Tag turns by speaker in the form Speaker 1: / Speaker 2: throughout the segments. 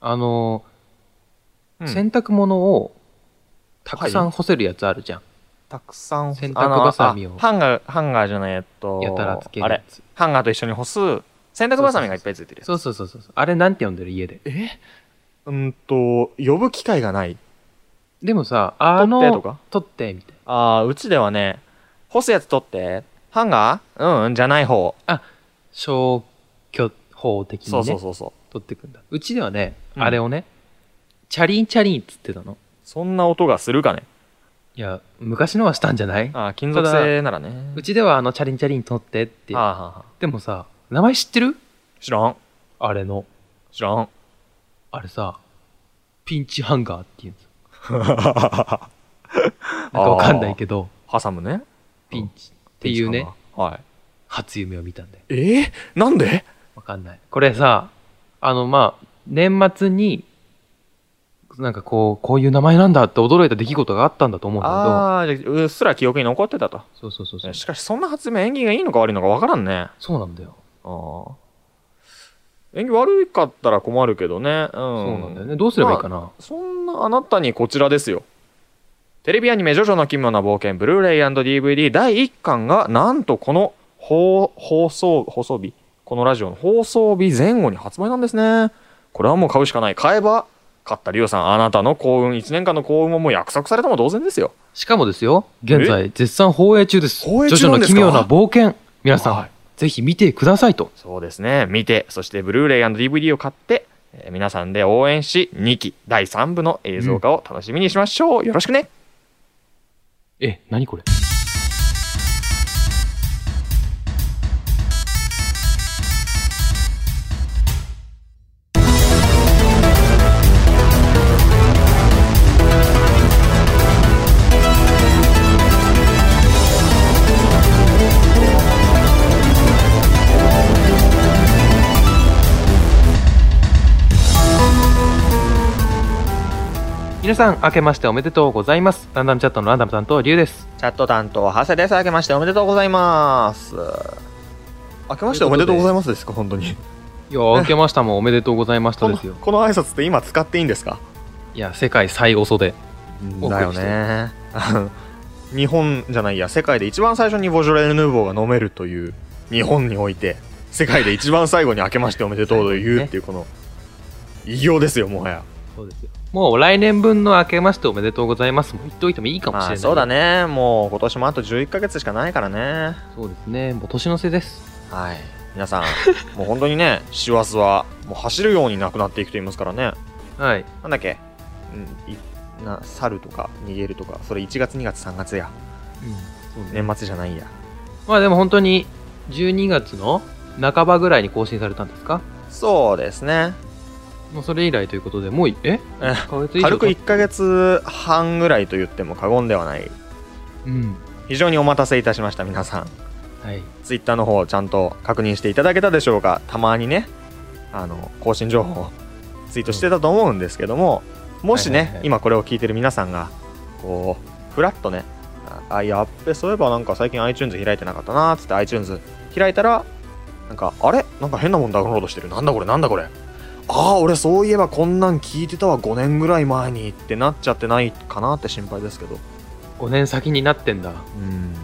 Speaker 1: あの、
Speaker 2: うん
Speaker 1: 洗濯物をたくさ
Speaker 2: は
Speaker 1: ん干せるやつあるじゃん。
Speaker 2: たくさん
Speaker 1: 洗濯バサミを
Speaker 2: あのあハンガーハンガーじゃないえっと
Speaker 1: やたらつけ
Speaker 2: あ
Speaker 1: るや
Speaker 2: れ
Speaker 1: つ。
Speaker 2: ハンガーと一緒に干す洗濯バサミがいっぱいついてるやつ
Speaker 1: そうそうそうそう。あれなんて呼んでる家で。
Speaker 2: えうんと呼ぶ機会がない
Speaker 1: でもさ、あの、
Speaker 2: 取ってとか
Speaker 1: 取ってみたい
Speaker 2: ああうちではね干すやつ取ってハンガーうんうんじゃない方、
Speaker 1: な。消去法的にね
Speaker 2: そうそうそうそう
Speaker 1: 取ってくんだ。うちではね、
Speaker 2: うん
Speaker 1: あれをね、チャリンチャリンっつってたの。
Speaker 2: そんな音がするかね
Speaker 1: いや、昔のはしたんじゃない
Speaker 2: ああ金属製ならね
Speaker 1: うちではあのチャリンチャリン取ってって
Speaker 2: あ。あはあはあ
Speaker 1: でもさ、名前知ってる
Speaker 2: 知らん
Speaker 1: あれの。
Speaker 2: 知らん
Speaker 1: あれさ、ピンチハンガーっていうんですよなんかわかんないけど、
Speaker 2: 挟むねっ
Speaker 1: ピンチっていうね、
Speaker 2: はい
Speaker 1: 初夢を見たんだよ。
Speaker 2: えー、なんで
Speaker 1: わかんない。これさ、あの、まあ、年末に、なんかこう、こういう名前なんだって驚いた出来事があったんだと思うんだ
Speaker 2: ああーじゃあうっすら記憶に残ってたと
Speaker 1: けど、そうそうそうそう。
Speaker 2: しかしそんな発明演技がいいのか悪いのか分からんね
Speaker 1: そうなんだよ。
Speaker 2: ああ演技悪かったら困るけどね、うん、
Speaker 1: そうなんだよね。どうすればいいか
Speaker 2: ま
Speaker 1: な。
Speaker 2: あそんなあなたにこちらですよテレビアニメ「ジョジョの奇妙な冒険」ブルーレイ &DVD 第1巻がなんとこの放放送放送日このラジオの放送日前後に発売なんですねこれはもう買うしかない買えば買ったリオさんあなたの幸運1年間の幸運ももう約束されたも同然ですよ
Speaker 1: しかもですよ、現在絶賛放映中です。
Speaker 2: 放映中
Speaker 1: ジョジ
Speaker 2: な
Speaker 1: ョ
Speaker 2: ん
Speaker 1: の
Speaker 2: です
Speaker 1: 奇
Speaker 2: か
Speaker 1: 妙な冒険。皆さん、
Speaker 2: はい
Speaker 1: ぜひ見てくださいと。
Speaker 2: そうですね見てそしてブルーレイ &DVD を買って、えー皆さんで応援し2期第3部の映像化を楽しみにしましょう、よろしくね
Speaker 1: え、何これ皆さん、明けましておめでとうございます。ランダムチャットのランダム担当、リュウです。
Speaker 2: チャット担当長谷ですあけましておめでとうございますあけま
Speaker 1: しておめでとうござい
Speaker 2: ますですか本当に
Speaker 1: いや、明けましたもんおめでとうございましたですよ。
Speaker 2: この挨拶って今使っていいんですか
Speaker 1: いや、世界最遅で。
Speaker 2: だよね 日本じゃないや世界で一番最初にボジョレ・ヌーボーが飲めるという日本において世界で一番最後に明けましておめでとうと言うっていうこの偉業ですよもはや
Speaker 1: そうですよ。もう来年分の明けましておめでとうございますも言っといてもいいかもしれ
Speaker 2: ま
Speaker 1: ない。
Speaker 2: あそうだ。ねもう今年もあと11ヶ月しかないからね
Speaker 1: そうですね。もう年の瀬です。
Speaker 2: はい皆さん もう本当にね師走はもう走るようになくなっていくと言いますからね
Speaker 1: はい。
Speaker 2: なんだっけうんいな猿とか逃げるとかそれ1月2月3月や年末じゃないや
Speaker 1: まあでも本当に12月の半ばぐらいに更新されたんですか
Speaker 2: そうですね
Speaker 1: もうそれ以来ということで、もうい、 え
Speaker 2: え
Speaker 1: ?1 ヶ月以上
Speaker 2: 軽く1ヶ月半ぐらいと言っても過言ではない
Speaker 1: うん。
Speaker 2: 非常にお待たせいたしました皆さん
Speaker 1: はい。
Speaker 2: ツイッターの方ちゃんと確認していただけたでしょうかたまにねあの更新情報を ツイートしてたと思うんですけども、もしね、
Speaker 1: はいはいはい
Speaker 2: 今これを聞いてる皆さんがこうフラッとねああやっべそういえばなんか最近 iTunes 開いてなかったなーっつって iTunes 開いたらなんかあれなんか変なもんダウンロードしてるなんだこれなんだこれああ俺そういえばこんなん聞いてたわ5年ぐらい前にってなっちゃってないかなって心配ですけど
Speaker 1: 5年先になってんだ。
Speaker 2: うん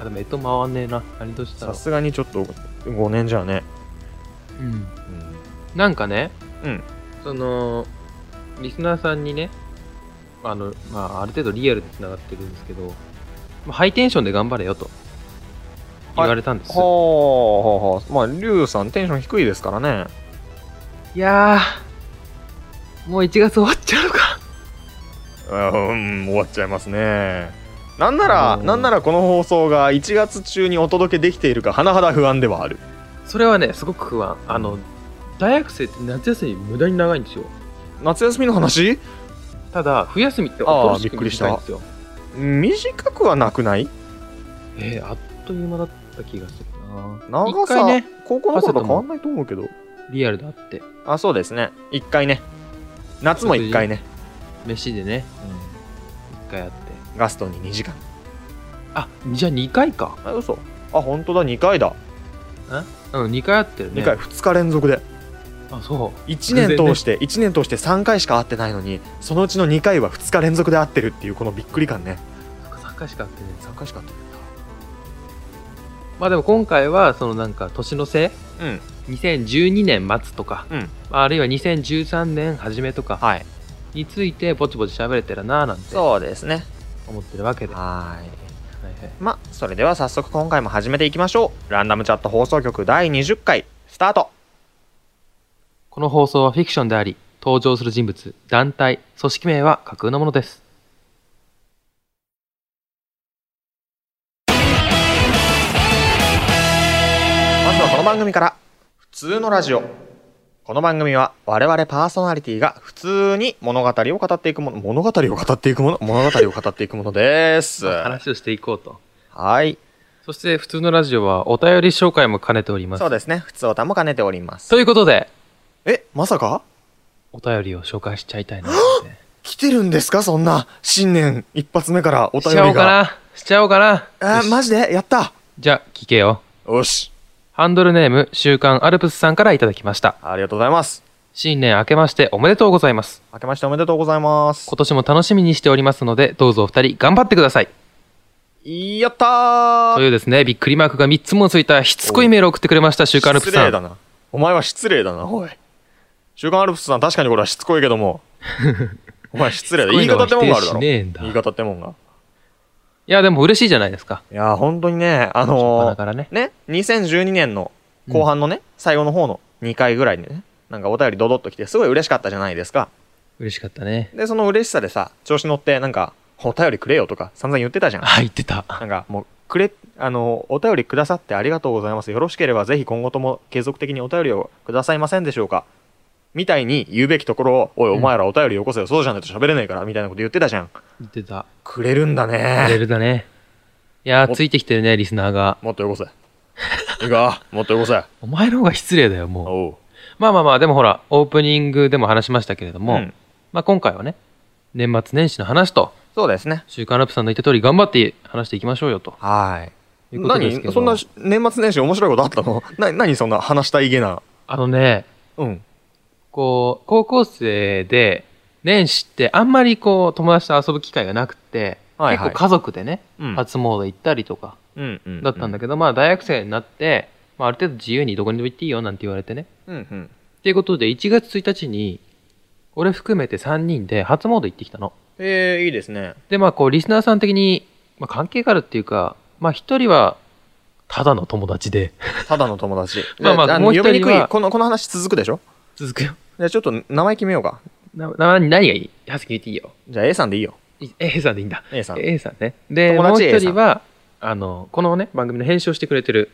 Speaker 1: あ、でもえと回んねえな。何としたら
Speaker 2: さ。すがにちょっと5年じゃね、
Speaker 1: うん。
Speaker 2: うん
Speaker 1: なんかね、
Speaker 2: うん
Speaker 1: そのリスナーさんにねあの、まあ、ある程度リアルでつながってるんですけど、まあハイテンションで頑張れよと言われたんです、
Speaker 2: はあはあはあまあリュウさんテンション低いですからね
Speaker 1: い、やーもう1月終わっちゃうのか
Speaker 2: うん終わっちゃいますねなんなら、
Speaker 1: あのー
Speaker 2: なんならこの放送が1月中にお届けできているか甚だ不安ではある
Speaker 1: それはねすごく不安あの大学生って夏休み無駄に長いんですよ
Speaker 2: 夏休みの話
Speaker 1: ただ冬休みって
Speaker 2: あー
Speaker 1: 恐ろし
Speaker 2: びっ
Speaker 1: く
Speaker 2: くりした
Speaker 1: 短いんですよ
Speaker 2: 短くはなくない
Speaker 1: えー、あっという間だった気がするな
Speaker 2: 長
Speaker 1: 一
Speaker 2: さ、
Speaker 1: 回ね
Speaker 2: 高校の頃と変わんないと思うけど
Speaker 1: リアルであって
Speaker 2: あそうですね1回ね夏も1回ね、
Speaker 1: 飯でね1回あって
Speaker 2: ガストに2時間
Speaker 1: あじゃあ2回か
Speaker 2: あ嘘あ本当だ2回だ
Speaker 1: うん2回あってるね
Speaker 2: 2回2日連続で
Speaker 1: あ、そ
Speaker 2: 1年通して、1年通して3回しか会ってないのにそのうちの2回は2日連続で会ってるっていうこのびっくり感ね
Speaker 1: う。そっか、3回しか会ってない。
Speaker 2: 3回しか会って
Speaker 1: まあでも今回は、そのなんか、年のせ
Speaker 2: ないうん
Speaker 1: い ?2012 年末とか、
Speaker 2: うん
Speaker 1: まああるいは2013年初めとか
Speaker 2: はい
Speaker 1: について、ぼちぼち喋れてるなぁなんて
Speaker 2: そうですね
Speaker 1: 思ってるわけで。は
Speaker 2: は
Speaker 1: いは
Speaker 2: い
Speaker 1: い
Speaker 2: まあそれでは早速今回も始めていきましょうランダムチャット放送局第20回スタート
Speaker 1: この放送はフィクションであり、登場する人物、団体、組織名は架空のものです。
Speaker 2: まずはこの番組から普通のラジオこの番組は我々パーソナリティが普通に物語を語っていくもの物語を語っていくもの物語を語っていくもの ですは
Speaker 1: 話をしていこうと。
Speaker 2: い
Speaker 1: そして、普通のラジオはお便り紹介も兼ねております。
Speaker 2: そうですね普通おたも兼ねております
Speaker 1: ということで、
Speaker 2: えまさか
Speaker 1: お便りを紹介しちゃいたいな。
Speaker 2: 来てるんですかそんな新年一発目から お
Speaker 1: し
Speaker 2: 便
Speaker 1: ちゃお
Speaker 2: り
Speaker 1: うか
Speaker 2: が
Speaker 1: な。しちゃおうかな。
Speaker 2: あ
Speaker 1: よ
Speaker 2: ー
Speaker 1: し
Speaker 2: マジでやった
Speaker 1: じゃあ、聞けよ。
Speaker 2: よし
Speaker 1: ハンドルネーム、週刊アルプスさんからいただきました。
Speaker 2: ありがとうございます
Speaker 1: 新年明けましておめでとうございます。
Speaker 2: 明けましておめでとうございます
Speaker 1: 今年も楽しみにしておりますので、どうぞお二人頑張ってください。
Speaker 2: やった
Speaker 1: と
Speaker 2: ー
Speaker 1: いうですね、びっくりマークが3つもついたしつこいメールを送ってくれました、週刊アルプス
Speaker 2: 失
Speaker 1: さ
Speaker 2: 礼
Speaker 1: ん。
Speaker 2: だなお前は失礼だなおい週刊アルプスさん確かにこれはしつこいけ どもお前失礼だ言い方ってもんがあるだろ
Speaker 1: しねえんだ。
Speaker 2: 言い
Speaker 1: い
Speaker 2: 方ってもんが
Speaker 1: や、でも嬉しいじゃないですか。
Speaker 2: いやー本当にね
Speaker 1: な
Speaker 2: あのー
Speaker 1: からね。
Speaker 2: ね2012年の後半のね、最後の方の2回ぐらいにねなんかお便りドドッと来てすごい嬉しかったじゃないですか
Speaker 1: 嬉しかったね。
Speaker 2: でその嬉しさでさ調子乗ってなんか「お便りくれよ」とか散々言ってたじゃん
Speaker 1: 入ってた。
Speaker 2: なんかもう「くれあのお便りくださってありがとうございますよろしければぜひ今後とも継続的にお便りをくださいませんでしょうか」みたいに言うべきところを「おい
Speaker 1: うん
Speaker 2: お前らお便りよこせよ、そうじゃないと喋れないから」みたいなこと言ってたじゃん
Speaker 1: 言ってた。
Speaker 2: くれるんだ
Speaker 1: レ
Speaker 2: ね
Speaker 1: ールだね。いやー、
Speaker 2: お
Speaker 1: ついてきてるね、リスナーが。
Speaker 2: もっとよこせいいかもっとよこせ
Speaker 1: お前の方が失礼だよ、もう。
Speaker 2: おう
Speaker 1: まあまあまあ、でもほら、オープニングでも話しましたけれども、
Speaker 2: ん
Speaker 1: まあ今回はね、年末年始の話と、
Speaker 2: そうですね
Speaker 1: 週刊ラップさんの言った通り頑張って話していきましょうよと
Speaker 2: はい
Speaker 1: いうことですけ
Speaker 2: 何
Speaker 1: ど。
Speaker 2: そんな年末年始面白いことあったのな何そんな話したいげな
Speaker 1: あのね、
Speaker 2: うん
Speaker 1: こう、高校生で、年始ってあんまりこう、友達と遊ぶ機会がなくて、
Speaker 2: はいはい
Speaker 1: 結構家族でね、
Speaker 2: うん
Speaker 1: 初詣行ったりとか
Speaker 2: うんうん
Speaker 1: だったんだけど、まあ大学生になって、まあある程度自由にどこにでも行っていいよなんて言われてね。
Speaker 2: うんうん
Speaker 1: っていうことで、1月1日に、俺含めて3人で初詣行ってきたの。
Speaker 2: えー、いいですね。
Speaker 1: で、まあ、こう、リスナーさん的に、まあ、関係があるっていうか、まあ、一人は、ただの友達で、
Speaker 2: ただの友達。
Speaker 1: まあまあ
Speaker 2: での
Speaker 1: もう一人は
Speaker 2: 呼びにくい。この、この話続くでしょ
Speaker 1: 続くよ。
Speaker 2: じゃあちょっと名前決めようか。
Speaker 1: な、な、何がいいはずき言っていいよ。
Speaker 2: じゃあ A さんでいいよ。
Speaker 1: い A さんでいいんだ。
Speaker 2: A さん。
Speaker 1: A さんね。で、
Speaker 2: 友
Speaker 1: もう
Speaker 2: 達 A
Speaker 1: 一人は、あの、このね、番組の編集をしてくれてる、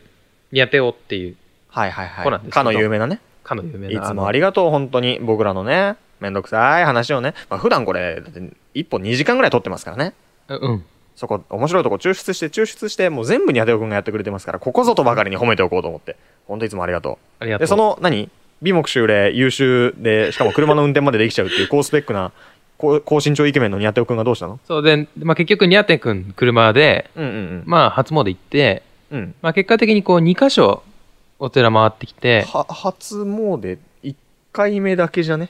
Speaker 1: ニャペオっていう、
Speaker 2: はいはい
Speaker 1: こうな
Speaker 2: は
Speaker 1: んですけど
Speaker 2: い。かの有名なね。
Speaker 1: かの有名
Speaker 2: い
Speaker 1: な、
Speaker 2: つ
Speaker 1: あ
Speaker 2: も
Speaker 1: の
Speaker 2: あ、りがとう、本当に。僕らのね、めんどくさい話をね。まあ普段これ、だって1本2時間ぐらい撮ってますからね。
Speaker 1: うん。
Speaker 2: そこ、面白いとこ抽出して、抽出して、もう全部にあておくんがやってくれてますから、ここぞとばかりに褒めておこうと思って。本当いつもありがと
Speaker 1: あり
Speaker 2: う。
Speaker 1: がと
Speaker 2: で、
Speaker 1: う。
Speaker 2: その、何美目秀麗、優秀で、しかも車の運転までできちゃうっていう高スペックな、高高身長イケメンのにあておくんがどうしたの
Speaker 1: そうで、まあ、結局、ニャペくん、車で、
Speaker 2: うんうん
Speaker 1: まあ、初詣行って、
Speaker 2: うん。うん。
Speaker 1: まあ、結果的にこう、2箇所、お寺回ってきて、
Speaker 2: は初詣1回目だけじゃね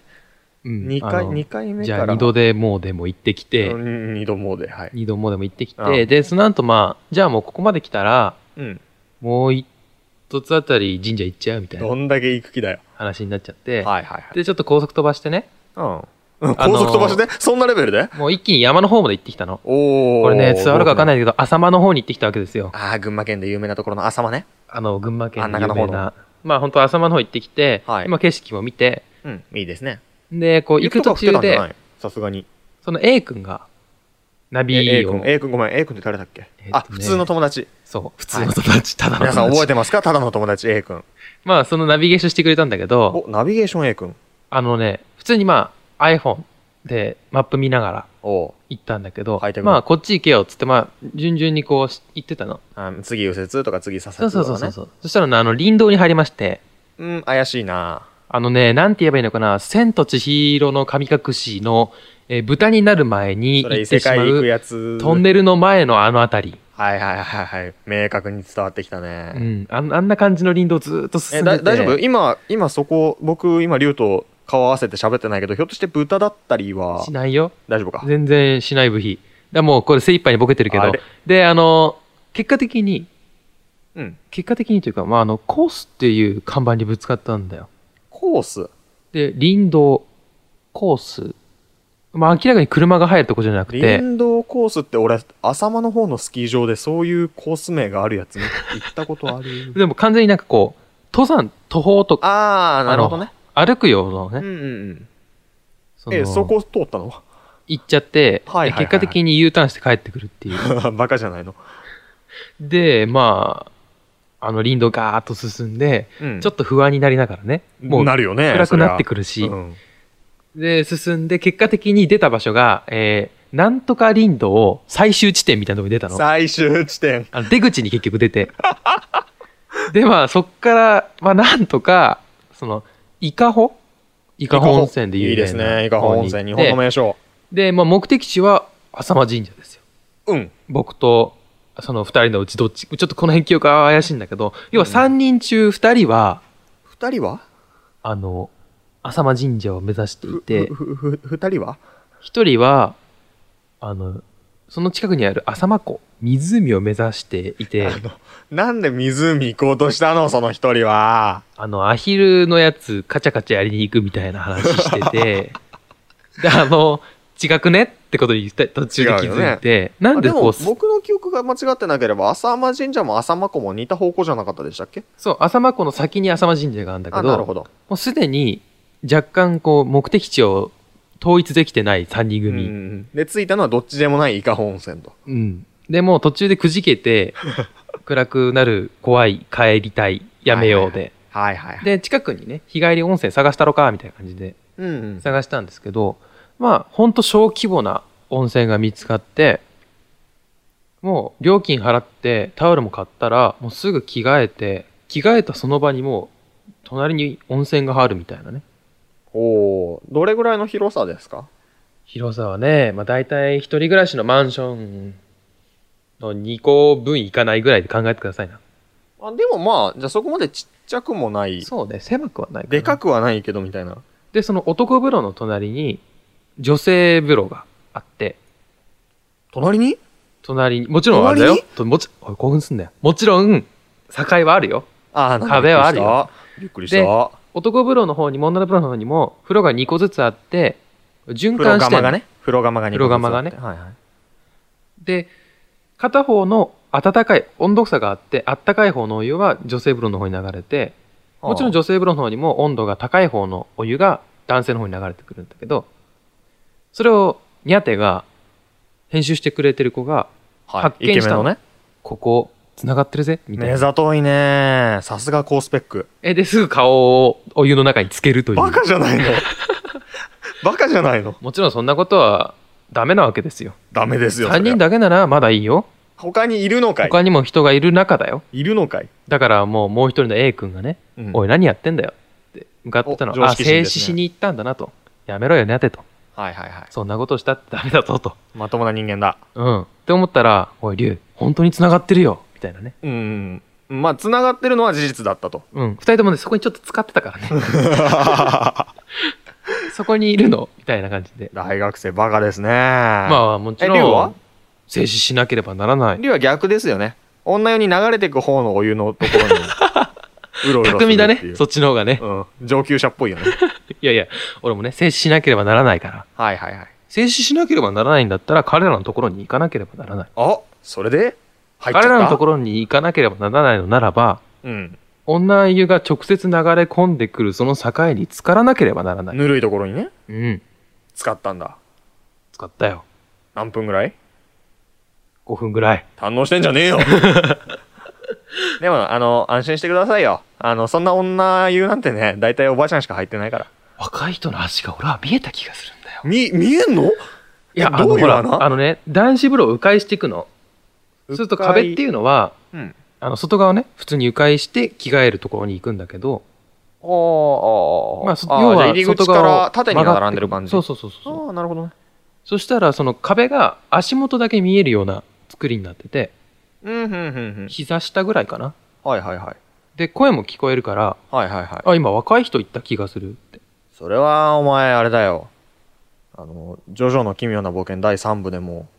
Speaker 1: うん
Speaker 2: 2
Speaker 1: あ
Speaker 2: 回
Speaker 1: の
Speaker 2: 二回目
Speaker 1: じ
Speaker 2: か
Speaker 1: ゃあ、
Speaker 2: ら
Speaker 1: 二度でもうでも行ってきて、
Speaker 2: うん二度詣はい、
Speaker 1: 二度もでも行ってきて、
Speaker 2: うん
Speaker 1: で、その後まあ、じゃあもうここまで来たら、
Speaker 2: うん、
Speaker 1: もう一つあたり神社行っちゃうみたいな
Speaker 2: どんだけ行く気だよ
Speaker 1: 話になっちゃって、
Speaker 2: はいはいはい、
Speaker 1: で、ちょっと高速飛ばしてね、
Speaker 2: うんうん、高速飛ばして、そんなレベルで
Speaker 1: もう一気に山の方まで行ってきたの。
Speaker 2: おお
Speaker 1: これね、伝わるかわかん
Speaker 2: ない
Speaker 1: ないけど、浅間の方に行ってきたわけですよ。
Speaker 2: ああ群馬県で有名なところの浅間ね
Speaker 1: あの、群馬県の
Speaker 2: あ
Speaker 1: 有
Speaker 2: 中の
Speaker 1: 名
Speaker 2: 方
Speaker 1: な
Speaker 2: の。
Speaker 1: まあ本当浅間の方行ってきて、
Speaker 2: はい
Speaker 1: 今景色も見て、
Speaker 2: うんいいですね
Speaker 1: で、こう行く途中
Speaker 2: 行くとこ来てたんじゃな
Speaker 1: で、
Speaker 2: いさすがに
Speaker 1: その A 君が、ナビ
Speaker 2: A
Speaker 1: を
Speaker 2: 君、A 君ごめん A 君って誰だっけ、
Speaker 1: えっとね
Speaker 2: あ普通の友達
Speaker 1: そう、普通の友達、ただの友達。
Speaker 2: 皆さん覚えてますかただの友達 A 君
Speaker 1: まあそのナビゲーションしてくれたんだけど、
Speaker 2: おナビゲーション A 君
Speaker 1: あのね、普通にまあ iPhone でマップ見ながら
Speaker 2: おお
Speaker 1: 行ったんだけど
Speaker 2: ハイテ、クな
Speaker 1: まあこっち行けよっつって、まあ順々にこうし行ってたの。
Speaker 2: あ次右折とか次左
Speaker 1: そう
Speaker 2: 折と
Speaker 1: そ
Speaker 2: か、
Speaker 1: う
Speaker 2: ね、
Speaker 1: そうそうそう。そしたらねあの林道に入りまして、
Speaker 2: うん怪しいな
Speaker 1: あのね、なんて言えばいいのかな、千と千尋の神隠しの、えー豚になる前に
Speaker 2: それ
Speaker 1: 行
Speaker 2: 異
Speaker 1: って
Speaker 2: 世
Speaker 1: しま
Speaker 2: 界行く
Speaker 1: う、
Speaker 2: やつ
Speaker 1: トンネルの前のあのあたり。
Speaker 2: はいはいはいはい明確に伝わってきた
Speaker 1: う
Speaker 2: ね、
Speaker 1: ん。あんあんな感じの林道ずーっと進
Speaker 2: え
Speaker 1: んで
Speaker 2: だ
Speaker 1: て。
Speaker 2: 大丈夫今今そこ僕今竜と顔合わせて喋ってないけどひょっとして豚だったりは
Speaker 1: しないよ。
Speaker 2: 大丈夫か
Speaker 1: 全然しない部費。だもうこれ精一杯にボケてるけ
Speaker 2: あ
Speaker 1: ど
Speaker 2: れ。
Speaker 1: で、あの、結果的に、
Speaker 2: うん
Speaker 1: 結果的にというか、まあ、あの、コースっていう看板にぶつかったんだよ。
Speaker 2: コース
Speaker 1: で、林道、コース。まあ、明らかに車が入るとこじゃなくて、
Speaker 2: 林道コースって俺浅間の方のスキー場でそういうコース名があるや つ見行ったことある
Speaker 1: でも完全になんかこう、登山、途方とか、
Speaker 2: ああなるほどね
Speaker 1: 歩く用のね、
Speaker 2: うんうんう
Speaker 1: そ
Speaker 2: ん
Speaker 1: の
Speaker 2: えそこ通ったの
Speaker 1: 行っちゃって、
Speaker 2: はいはいはいはい
Speaker 1: で結果的に U ターンして帰ってくるっていう。
Speaker 2: バカじゃないの、
Speaker 1: で、まあ、あの林道ガーッと進んで、
Speaker 2: うん、
Speaker 1: ちょっと不安になりながらね、もう
Speaker 2: なるよね
Speaker 1: 暗くなって
Speaker 2: く
Speaker 1: くるし、
Speaker 2: うん、
Speaker 1: で、進んで、結果的に出た場所が、えー、なんとか林道を最終地点みたいなとこに出たの。
Speaker 2: 最終地点
Speaker 1: あの出口に結局出て。 で、まあ、そっから、まあ、なんとか、その、伊香保伊香保温泉で有名ない
Speaker 2: いですね伊香保温泉日本の
Speaker 1: で
Speaker 2: 名所
Speaker 1: で、まあ、目的地は浅間神社ですよ。
Speaker 2: うん
Speaker 1: 僕と、その二人のうちどっち、ちょっとこの辺記憶は怪しいんだけど、要は
Speaker 2: うん
Speaker 1: 三人中二人は、
Speaker 2: 二人は
Speaker 1: あの、浅間神社を目指してい
Speaker 2: ふ
Speaker 1: て、
Speaker 2: ふふふ二人は
Speaker 1: 一人は、あの、その近くにある浅間湖、湖を目指していて
Speaker 2: あ、のなんで湖行こうとしたのその一人は
Speaker 1: あの、アヒルのやつ、カチャカチャやりに行くみたいな話して て、で、あの、違くねってことに途中で気づいて、なんで
Speaker 2: あ
Speaker 1: こう、
Speaker 2: も僕の記憶が間違ってなければ浅間神社も浅間湖も似た方向じゃなかったでしたっけ
Speaker 1: そう、浅間湖の先に浅間神社があるんだけ
Speaker 2: あ
Speaker 1: ど、
Speaker 2: なるほど
Speaker 1: もうすでに若干こう、目的地を統一できてない3人
Speaker 2: うん
Speaker 1: 組。
Speaker 2: うんで着いたのはどっちでもない伊香保温泉と
Speaker 1: うん。でもう途中でくじけて、 暗くなる、怖い、帰りたい、やめようで。
Speaker 2: はいはいはい
Speaker 1: で、近くにね、日帰り温泉探したろか、みたいな感じで
Speaker 2: うんうん
Speaker 1: 探したんですけど、まあ、ほんと小規模な温泉が見つかって、もう料金払ってタオルも買ったら、もうすぐ着替えて、着替えたその場にもう、隣に温泉があるみたいなね。
Speaker 2: おおーどれぐらいの広さですか
Speaker 1: 広さはね、まあ、大体一人暮らしのマンションの2個分いかないぐらいで考えてくださいな。
Speaker 2: あでもまあじゃあそこまでちっちゃくもない
Speaker 1: そうね、狭くはない
Speaker 2: でか
Speaker 1: く。
Speaker 2: くはないけどみたいな
Speaker 1: で、その男風呂の隣に女性風呂があって、
Speaker 2: 隣に
Speaker 1: 隣に、もちろんあれだよ
Speaker 2: 隣。
Speaker 1: ともちおい興奮すんだよ。もちろん、境はあるよ。
Speaker 2: ああなんか
Speaker 1: 壁はあるよ
Speaker 2: びっくりしたびっくりした
Speaker 1: 男風呂の方にも女の風呂の方にも風呂が2個ずつあって、循
Speaker 2: 風呂
Speaker 1: 環して
Speaker 2: 釜
Speaker 1: んの
Speaker 2: がね風呂釜が二個
Speaker 1: 風呂釜がね
Speaker 2: ずつあってはいはい
Speaker 1: で、片方の暖かい、温度差があって、暖かい方のお湯は女性風呂の方に流れて、もちろん
Speaker 2: 女
Speaker 1: 女性風呂の方にも温度が高い方のお湯が男性の方に流れてくるんだけど、それをニャテが編集してくれてる子が、発見
Speaker 2: イケ
Speaker 1: し
Speaker 2: メン
Speaker 1: たの
Speaker 2: のね
Speaker 1: ここ繋がってるぜ、みたい
Speaker 2: 目
Speaker 1: な。
Speaker 2: ざといねさすが高スペック
Speaker 1: え、で、すぐ顔をお湯の中につけるという。
Speaker 2: バカじ ゃないのバカじゃないの
Speaker 1: もちろんそんなことはダメなわけですよ。
Speaker 2: ダメですよ
Speaker 1: 3
Speaker 2: そりゃ
Speaker 1: 人だけならまだいいよ。
Speaker 2: 他にいるのかい
Speaker 1: 他にも人がいる中だよ。
Speaker 2: いるのかい、
Speaker 1: だからもうもう一人の A 君がね、
Speaker 2: うん
Speaker 1: おい何やってんだよって向かってきたの
Speaker 2: お常
Speaker 1: あ
Speaker 2: 識人
Speaker 1: 静
Speaker 2: で
Speaker 1: 止
Speaker 2: すね
Speaker 1: しに行ったんだなとやめろよねてと
Speaker 2: はいはいは
Speaker 1: そんなことしたってダメだぞと
Speaker 2: いまともな人間だ
Speaker 1: うんって思ったらおい龍本当に繋がってるよみたいなね
Speaker 2: うんまあつながってるのは事実だった と
Speaker 1: うん2人ともねそこにちょっと使ってたから ねそこにいるのみたいな感じで
Speaker 2: 大学生バカですね
Speaker 1: まあもち
Speaker 2: え龍
Speaker 1: ろ
Speaker 2: は
Speaker 1: ん静止しなければならない
Speaker 2: 龍は逆ですよね女湯に流れていく方のお湯のところに うろうろするって
Speaker 1: 巧
Speaker 2: いう
Speaker 1: みだねそっちの方がね
Speaker 2: うん、上級者っぽ いよね
Speaker 1: いやいや俺もね静止しなければならないから
Speaker 2: はいはいはい
Speaker 1: 静止しなければならないんだったら彼らのところに行かなければならない
Speaker 2: あそれで入っちゃっ
Speaker 1: 彼
Speaker 2: た
Speaker 1: らのとこ
Speaker 2: ろ
Speaker 1: ろに行かなければならないのならば
Speaker 2: うん
Speaker 1: 女湯が直接流れ込んでくるその境に浸からなければならない。
Speaker 2: ぬるいところにね
Speaker 1: うん。
Speaker 2: 使ったんだ
Speaker 1: 使ったよ。
Speaker 2: 何分ぐらい
Speaker 1: 5分ぐらい。
Speaker 2: 堪能してんじゃね えよでもあの安心してくださいよあのそんな女湯なんてね大体おばあちゃんしか入ってないから
Speaker 1: 若い人の足が俺は見えた気がするんだよ。
Speaker 2: み見えんの
Speaker 1: いや、あ
Speaker 2: ど
Speaker 1: の、
Speaker 2: うい
Speaker 1: ほ
Speaker 2: う
Speaker 1: ら、
Speaker 2: 穴
Speaker 1: あのね、男子風呂を迂回していくの。すると壁っていうのは、
Speaker 2: うん
Speaker 1: あの、外側ね、普通に迂回して着替えるところに行くんだけど、
Speaker 2: あーあー。
Speaker 1: まあそ
Speaker 2: あー
Speaker 1: 要は
Speaker 2: じゃあ入り口
Speaker 1: 外
Speaker 2: か
Speaker 1: 側を
Speaker 2: ら縦に並んでる感じ。
Speaker 1: そうそうそうそう。
Speaker 2: ああ、なるほどね。
Speaker 1: そしたら、その壁が足元だけ見えるような作りになってて、
Speaker 2: うん、うん、うん、うん。
Speaker 1: 膝下ぐらいかな。
Speaker 2: はいはいはい。
Speaker 1: で、声も聞こえるから、
Speaker 2: はいはいはい。
Speaker 1: あ、今若い人行った気がするって。
Speaker 2: それは、お前、あれだよ。あの、ジョジョの奇妙な冒険第3部でも、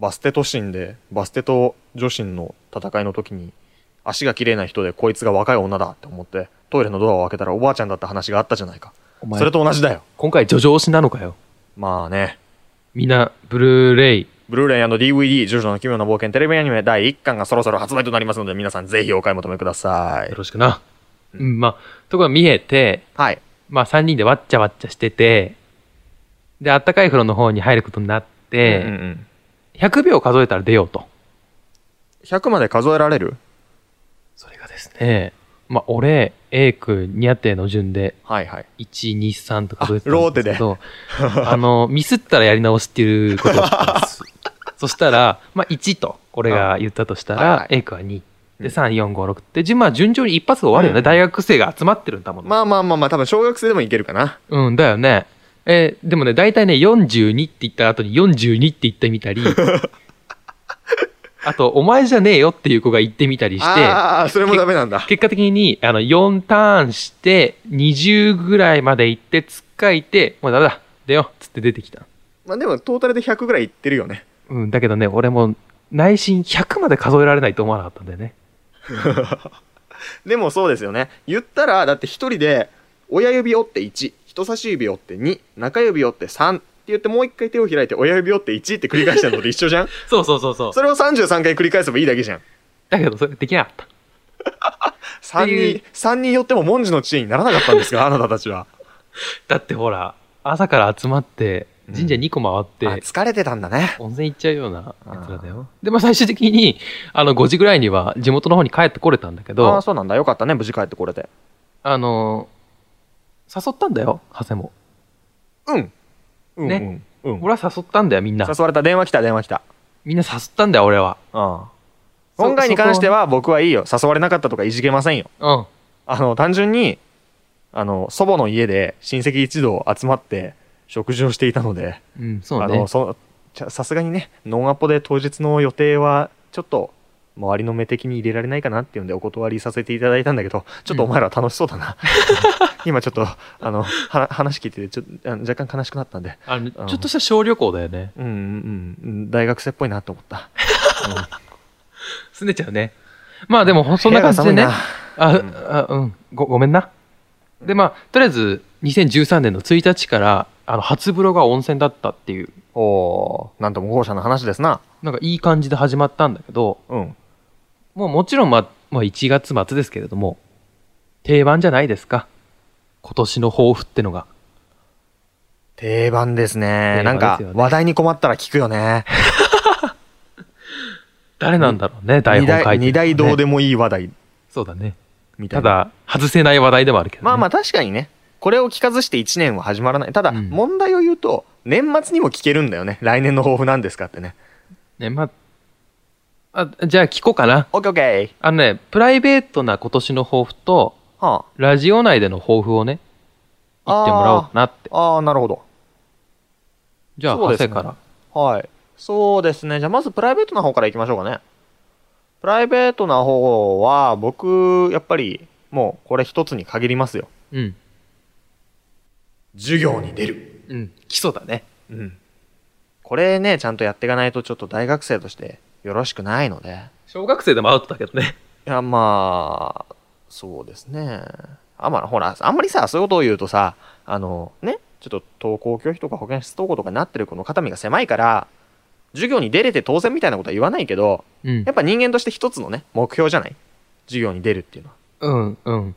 Speaker 2: バステ都心で、バステと女神の戦いの時に、足が綺麗な人でこいつが若い女だって思って、トイレのドアを開けたらおばあちゃんだった話があったじゃないか。
Speaker 1: お前
Speaker 2: それ、と同じだよ。
Speaker 1: 今回叙情推しなのかよ。
Speaker 2: まあね。み
Speaker 1: みんな、ブルーレイ、
Speaker 2: ブルーレイ &DVD、ジョジョの奇妙な冒険テレビアニメ第1巻がそろそろ発売となりますので、皆さんぜひお買い求めください
Speaker 1: よ。ろしくな。
Speaker 2: う
Speaker 1: うんん、まあ、ところが見えて、
Speaker 2: はい。
Speaker 1: まあ3人でわっちゃわっちゃしてて、で、あったかい風呂の方に入ることになって、
Speaker 2: うんうん、
Speaker 1: 100秒数えたら出ようと。
Speaker 2: 100まで数えられる
Speaker 1: それがですね、まあ俺、A 君、ニャテの順で、
Speaker 2: はいはい。
Speaker 1: 1、2、3と数えてた
Speaker 2: あロー
Speaker 1: ん
Speaker 2: テ
Speaker 1: で
Speaker 2: です
Speaker 1: けど、 あの、ミスったらやり直すっていうことをしたん です。そしたら、まあ1と俺が言ったとした
Speaker 2: はいは
Speaker 1: ら
Speaker 2: い、
Speaker 1: A 君は2。
Speaker 2: うん
Speaker 1: で、3、4、5、6って、じまあ順調に一発が終わるよね。
Speaker 2: うん
Speaker 1: 大学生が集まってるんだもんね。
Speaker 2: まあまあまあまあ、多分小学生でもいけるかな。
Speaker 1: うん、だよね。えーでもね、大体ね、42って言った後に42って言ってみた り、あと、お前じゃねえよっていう子が言ってみたりして、
Speaker 2: ああ、それもダメなんだ。
Speaker 1: 結果的に、あの、4ターンして、20ぐらいまで行って、つっかいて、もうダメだ、出よう、つって出てきた。
Speaker 2: まあでも、トータルで100ぐらいいってるよね。
Speaker 1: うん、だけどね、俺も、内心100まで数えられないと思わなかったんだよね。
Speaker 2: でもそうですよね。言ったら、だって一人で、親指折って1、人差し指折って2、中指折って3って言って、もう一回手を開いて、親指折って1って繰り返してるのと一緒じ ゃん
Speaker 1: そうそうそうそう。
Speaker 2: それを33回繰り返せばいいだけじゃん。
Speaker 1: だけど、それできなかった。
Speaker 2: 3
Speaker 1: ってい
Speaker 2: 人、三人寄っても文字の知恵にならなかったんです が、あなたたちは。
Speaker 1: だってほら、朝から集まって、神社2個回って、
Speaker 2: あ疲れてたんだね。
Speaker 1: 温泉行っちゃうようなやつらだよ。で、まあ最終的に、あの、5時ぐらいには地元の方に帰ってこれたんだけ
Speaker 2: あ
Speaker 1: ど、
Speaker 2: あ、
Speaker 1: あ
Speaker 2: そうなんだ。よかったね。無事帰ってこれて。
Speaker 1: の、誘ったんだよ、長谷も。
Speaker 2: うん。うん、
Speaker 1: ね
Speaker 2: うん。うん。
Speaker 1: 俺は誘ったんだよ、みんな。
Speaker 2: 誘われた。電話来た、電話来た。
Speaker 1: みんな誘ったんだよ、俺は。
Speaker 2: うん。
Speaker 1: そ
Speaker 2: 今回に関しては僕はいいよ。誘われなかったとかいじけませんよ。
Speaker 1: うん。
Speaker 2: あの、単純に、あの、祖母の家で親戚一同集まって食事をしていたので、
Speaker 1: うん、そう
Speaker 2: あの、
Speaker 1: ね。
Speaker 2: そちゃさすがにね、ノンアポで当日の予定はちょっと、周りの目的に入れられないかなっていうんでお断りさせていただいたんだけど、ちょっとお前ら楽しそうだな。 今ちょっと、あの、は話聞いてて、ちょっとあの若干悲しくなったんで、
Speaker 1: あの、ちょっとした小旅行だよね。
Speaker 2: うん、うん、うん、大学生っぽいなと思った。
Speaker 1: すねちゃうね。まあでも、ほそんな感じで
Speaker 2: 部屋
Speaker 1: ね
Speaker 2: が。寒いな
Speaker 1: あ、
Speaker 2: うん
Speaker 1: あうんご、ごめんな。で、まあ、とりあえず、2013年の1日から、あの、初風呂が温泉だったっていう、
Speaker 2: おー、なんとも豪奢な話ですな。
Speaker 1: なんかいい感じで始まったんだけど、
Speaker 2: うん。
Speaker 1: もうもちろん、まあ、まあ、1月末ですけれども、定番じゃないですか。今年の抱負ってのが。
Speaker 2: 定番ですね。
Speaker 1: 定
Speaker 2: な
Speaker 1: 番
Speaker 2: ん
Speaker 1: で
Speaker 2: か
Speaker 1: すよね、
Speaker 2: 話題に困ったら聞くよね。
Speaker 1: 誰なんだろうね、台
Speaker 2: 二
Speaker 1: 本書
Speaker 2: 大
Speaker 1: いてる
Speaker 2: 二
Speaker 1: のね、
Speaker 2: 大どうでもいい話題
Speaker 1: そうだね。
Speaker 2: みたい
Speaker 1: た
Speaker 2: な。
Speaker 1: だ、外せない話題でもあるけど、ね。
Speaker 2: まあまあ確かにね、これを聞かずして1年は始まらない。ただ、
Speaker 1: うん
Speaker 2: 問題を言うと、年末にも聞けるんだよね。来年の抱負なんですかってね。
Speaker 1: ね、まあ、あ、じゃあ聞こうかな。
Speaker 2: オッケーオッケ
Speaker 1: あのね、プライベートな今年の抱負と、
Speaker 2: ー。は
Speaker 1: ラジオ内での抱負をね、言ってもらおうかなって。
Speaker 2: あ。ああ、なるほど。
Speaker 1: じゃあ、
Speaker 2: そう
Speaker 1: ハ
Speaker 2: ですね
Speaker 1: セから。
Speaker 2: はい。そうですね。じゃあまずプライベートな方からいきましょうかね。プライベートな方は、僕、やっぱり、もうこれ一つに限りますよ。
Speaker 1: うん。
Speaker 2: 授業に出る。
Speaker 1: うん。基礎だね。
Speaker 2: うん。これね、ちゃんとやっていかないとちょっと大学生としてよろしくないので。
Speaker 1: 小学生でもアウトだけどね。
Speaker 2: いや、まあ、そうですね。あまあ、ほら、あんまりさ、そういうことを言うとさ、あの、ね、ちょっと登校拒否とか保健室登校とかになってる子の肩身が狭いから、授業に出れて当然みたいなことは言わないけど、
Speaker 1: うん
Speaker 2: や。っぱ人間として一つのね、目標じゃない授業に出るっていうのは。
Speaker 1: うん、うん。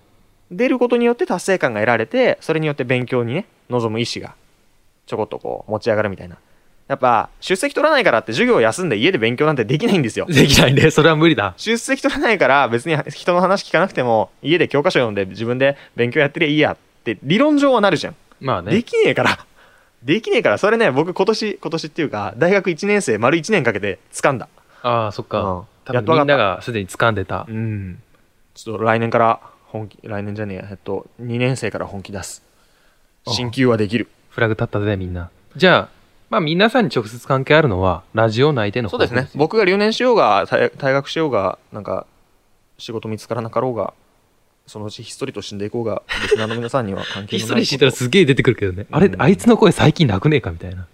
Speaker 2: 出ることによって達成感が得られてそれによって勉強にね望む意思がちょこっとこう持ち上がるみたいなやっぱ出席取らないからって授業を休んで家で勉強なんてできないんですよ
Speaker 1: できないね。それは無理だ。
Speaker 2: 出席取らないから別に人の話聞かなくても家で教科書読んで自分で勉強やってりゃいいやって理論上はなるじゃん、
Speaker 1: まあね。
Speaker 2: できねえからできねえからそれね僕今年今年っていうか大学1年生丸1年かけて掴んだ
Speaker 1: ああ、そっか。
Speaker 2: うん
Speaker 1: 多
Speaker 2: やっ
Speaker 1: 分
Speaker 2: とわ
Speaker 1: み
Speaker 2: かっ
Speaker 1: んな
Speaker 2: た
Speaker 1: がすでに掴んでた。
Speaker 2: うんちょっと来年から本気来年じゃねえやえっと2年生から本気出す
Speaker 1: あ
Speaker 2: 進級はできる
Speaker 1: フラグ立ったぜ、みんな。じゃあ、まあ皆さんに直接関係あるのは、ラジオ内での
Speaker 2: そうですね
Speaker 1: 報告
Speaker 2: 僕が留年しようが退退学しようがなんか仕事見つからなかろうがそのうちひっそりと死んでいこうがリスナーの皆さんには関 係
Speaker 1: ひっ
Speaker 2: のな
Speaker 1: そ
Speaker 2: い
Speaker 1: りしてたらすげえ出てくるけどね。あれ
Speaker 2: う、ん
Speaker 1: あいつの声最近なくねえかみたいな。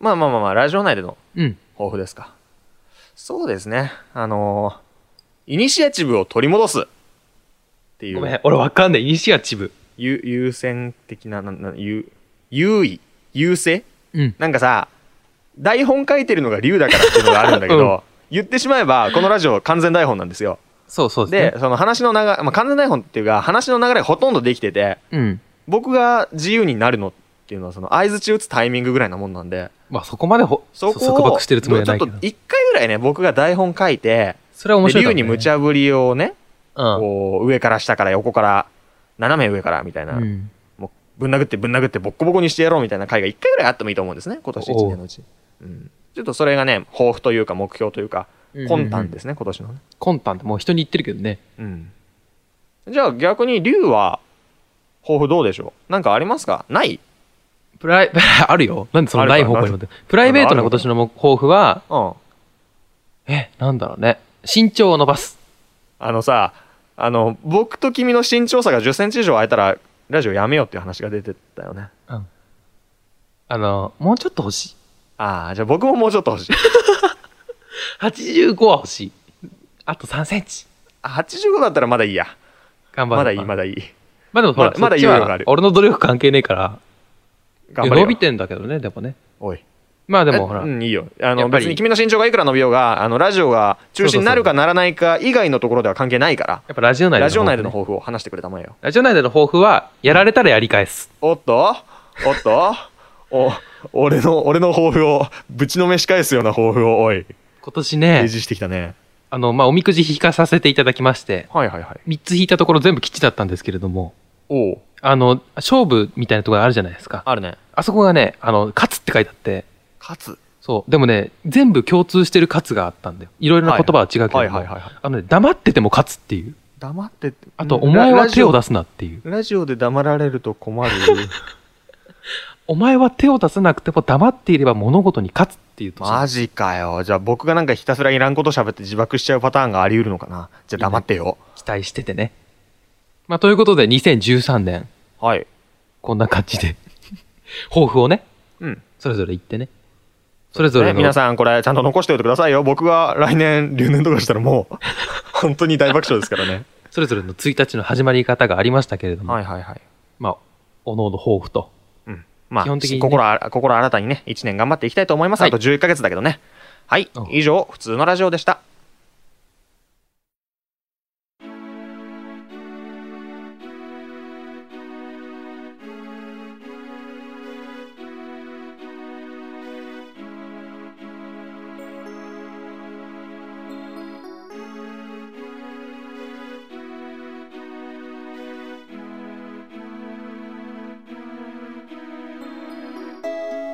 Speaker 2: まあまあまあまあラジオ内での
Speaker 1: うん。
Speaker 2: 抱負ですかそうですねあのーイニシアチブを取り戻すってい
Speaker 1: ごめ、
Speaker 2: うん
Speaker 1: 俺わかんない。イニシアチブ。
Speaker 2: 優優先的ななんなん優優位優勢
Speaker 1: うん。
Speaker 2: なんかさ台本書いてるのが龍だから っていうのがあるんだけど、言ってしまえばこのラジオ完全台本なんですよ
Speaker 1: そうそう
Speaker 2: で
Speaker 1: で、すね。
Speaker 2: その話の流れ、まあ、完全台本っていうか話の流れがほとんどできてて
Speaker 1: うん。
Speaker 2: 僕が自由になるのっていうのはその相槌打つタイミングぐらいなもんなんで
Speaker 1: まあそこまでほ、
Speaker 2: そ
Speaker 1: そ
Speaker 2: こを
Speaker 1: 束縛してるつもりはない
Speaker 2: ちょ
Speaker 1: け
Speaker 2: っと
Speaker 1: ど。
Speaker 2: 一回ぐらいね僕が台本書いて
Speaker 1: それは面
Speaker 2: で
Speaker 1: 白いか
Speaker 2: 竜
Speaker 1: もね。
Speaker 2: に無茶ぶりをね
Speaker 1: う
Speaker 2: こう上から下から横から斜め上からみたいな、
Speaker 1: ん。うん。。
Speaker 2: ぶん殴ってぶん殴ってボッコボコにしてやろうみたいな回が1回ぐらいあってもいいと思うんですね今年1年のうち、うん、ちょっとそれがね抱負というか目標というか魂胆ですすね、今年のね、
Speaker 1: 魂胆ってもう人に言ってるけどね。
Speaker 2: うん、じゃあ逆に龍は抱負どうでしょうなんかありますかない
Speaker 1: プライ、 あるよ。なんでそのない方向に持ってプライベートな今年の目抱負は、
Speaker 2: うん
Speaker 1: え、なんだろうね。身長を伸ばす。
Speaker 2: あのさあの僕と君の身長差が1 0ンチ以上空いたらラジオやめようっていう話が出てたよね
Speaker 1: あの、もうちょっと欲しい。
Speaker 2: ああじゃあ僕ももうちょっと欲しい
Speaker 1: 85は欲しい。あと3センチ。
Speaker 2: あ85だったらまだいいや
Speaker 1: 頑張る。
Speaker 2: まだいいまだいい
Speaker 1: まあでもほら、
Speaker 2: ままだ
Speaker 1: そっちは
Speaker 2: 余裕がある
Speaker 1: 俺の努力関係ねえから。
Speaker 2: 頑張れ
Speaker 1: 伸
Speaker 2: よ
Speaker 1: びてんだけどね、でもね。
Speaker 2: おい
Speaker 1: まあで
Speaker 2: え
Speaker 1: もほら
Speaker 2: う、ん、いいよあ
Speaker 1: や
Speaker 2: の
Speaker 1: っぱり
Speaker 2: 別に君の身長がいくら伸びようがあのラジオが中止になるかならないか以外のところでは関係ないから
Speaker 1: やっぱラジオ内での抱負ね、
Speaker 2: ラジオ内での抱負を話してくれたまえよ
Speaker 1: ラジオ内での抱負は、やられたらやり返す。
Speaker 2: おっとおっとお俺の俺の抱負をぶちのめし返すような抱負をおい
Speaker 1: 今年
Speaker 2: 提
Speaker 1: ね、
Speaker 2: 示してきたね
Speaker 1: あの、まあ、おみくじ引かさせていただきまして、
Speaker 2: はいはいはい
Speaker 1: 3つ引いたところ全部吉だったんですけれども、
Speaker 2: おう
Speaker 1: あの、勝負みたいなところあるじゃないですか。
Speaker 2: あるね
Speaker 1: あそこがね、あの、勝つって書いてあって、
Speaker 2: 勝つ
Speaker 1: そう。でもね、全部共通してる勝つがあったんだよ。いろいろな言葉は違うけ
Speaker 2: はい
Speaker 1: れど
Speaker 2: はいはい
Speaker 1: も。
Speaker 2: はい
Speaker 1: あのね、黙ってても勝つっていう。
Speaker 2: 黙ってって
Speaker 1: あと、
Speaker 2: うん
Speaker 1: お前
Speaker 2: ラ
Speaker 1: は
Speaker 2: ラ
Speaker 1: 手
Speaker 2: ジオ
Speaker 1: を出すなっていう。
Speaker 2: ラジオで黙られると困る
Speaker 1: お前は手を出さなくても黙っていれば物事に勝つっていう年
Speaker 2: マジかよじゃあ僕がなんかひたすらいらんこと喋って自爆しちゃうパターンがあり得るのかなじゃあ黙ってよ
Speaker 1: 期待しててね。まあ、ということで、2013年、
Speaker 2: はい
Speaker 1: こんな感じで、 抱負をね、
Speaker 2: うん
Speaker 1: それぞれ言ってね。それぞれ
Speaker 2: ね
Speaker 1: の、
Speaker 2: 皆さんこれちゃんと残しておいてくださいよ僕が来年留年とかしたらもう 本当に大爆笑ですからね
Speaker 1: それぞれの1日の始まり方がありましたけれども、
Speaker 2: い はいはい、
Speaker 1: まあ、おのおの抱負と。
Speaker 2: うん、まあ
Speaker 1: 基本的にね
Speaker 2: 心あ心新たにね1年頑張っていきたいと思います、
Speaker 1: はい
Speaker 2: あと11ヶ月だけどねはい
Speaker 1: うん
Speaker 2: 以上普通のラジオでした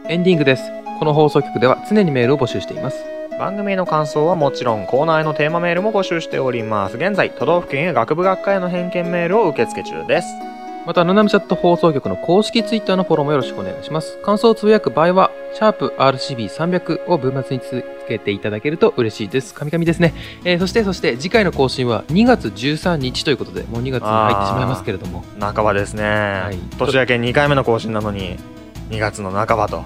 Speaker 1: エンディングです。この放送局では常にメールを募集しています。
Speaker 2: 番組への感想はもちろんコーナーへのテーマメールも募集しております現在都道府県や学部学科への偏見メールを受付中です
Speaker 1: また、ナナミチャット放送局の公式ツイッターのフォローもよろしくお願いします。感想をつぶやく場合は、シャープ r c b 3 0 0を文末につけていただけると嬉しいです。神々ですね。えーそして、そして、次回の更新は2月13日ということで、もう2月に入ってしまいますけれども、
Speaker 2: 半ばですね、
Speaker 1: い
Speaker 2: 年明け2回目の更新なのに2月の半ばと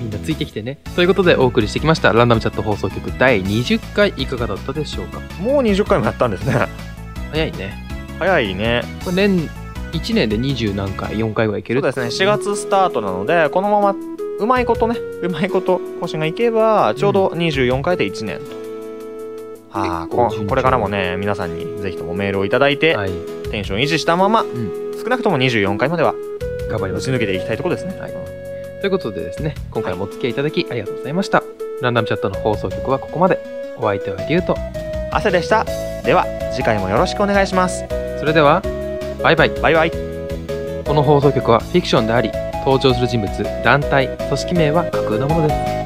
Speaker 1: みんなついてきてね。ということで、お送りしてきました、ランダムチャット放送局第20回、いかがだったでしょうか。
Speaker 2: もう20回もやったんですね
Speaker 1: 早いね。
Speaker 2: 早いね
Speaker 1: これ年、1年で20何回、4回ぐらいいける
Speaker 2: そうですね4月スタートなのでこのままうまいことねうまいこと更新がいけばちょうど24回で1年と、はあ
Speaker 1: 結構
Speaker 2: こ
Speaker 1: 順調
Speaker 2: これからもね皆さんにぜひともメールをいただいて、
Speaker 1: はい。
Speaker 2: テンション維持したまま、
Speaker 1: ん
Speaker 2: 少なくとも24回までは
Speaker 1: 頑張りま
Speaker 2: 打
Speaker 1: す
Speaker 2: ち。抜けていきたいところですね、
Speaker 1: はいということでですね、今回もお付き合いいただきありがとうございました。ランダムチャットの放送局はここまで。お相手はリュウと。
Speaker 2: 汗でしたでは次回もよろしくお願いします
Speaker 1: それでは、バイバイ。
Speaker 2: バイバイ
Speaker 1: この放送局はフィクションであり、登場する人物、団体、組織名は架空のものです。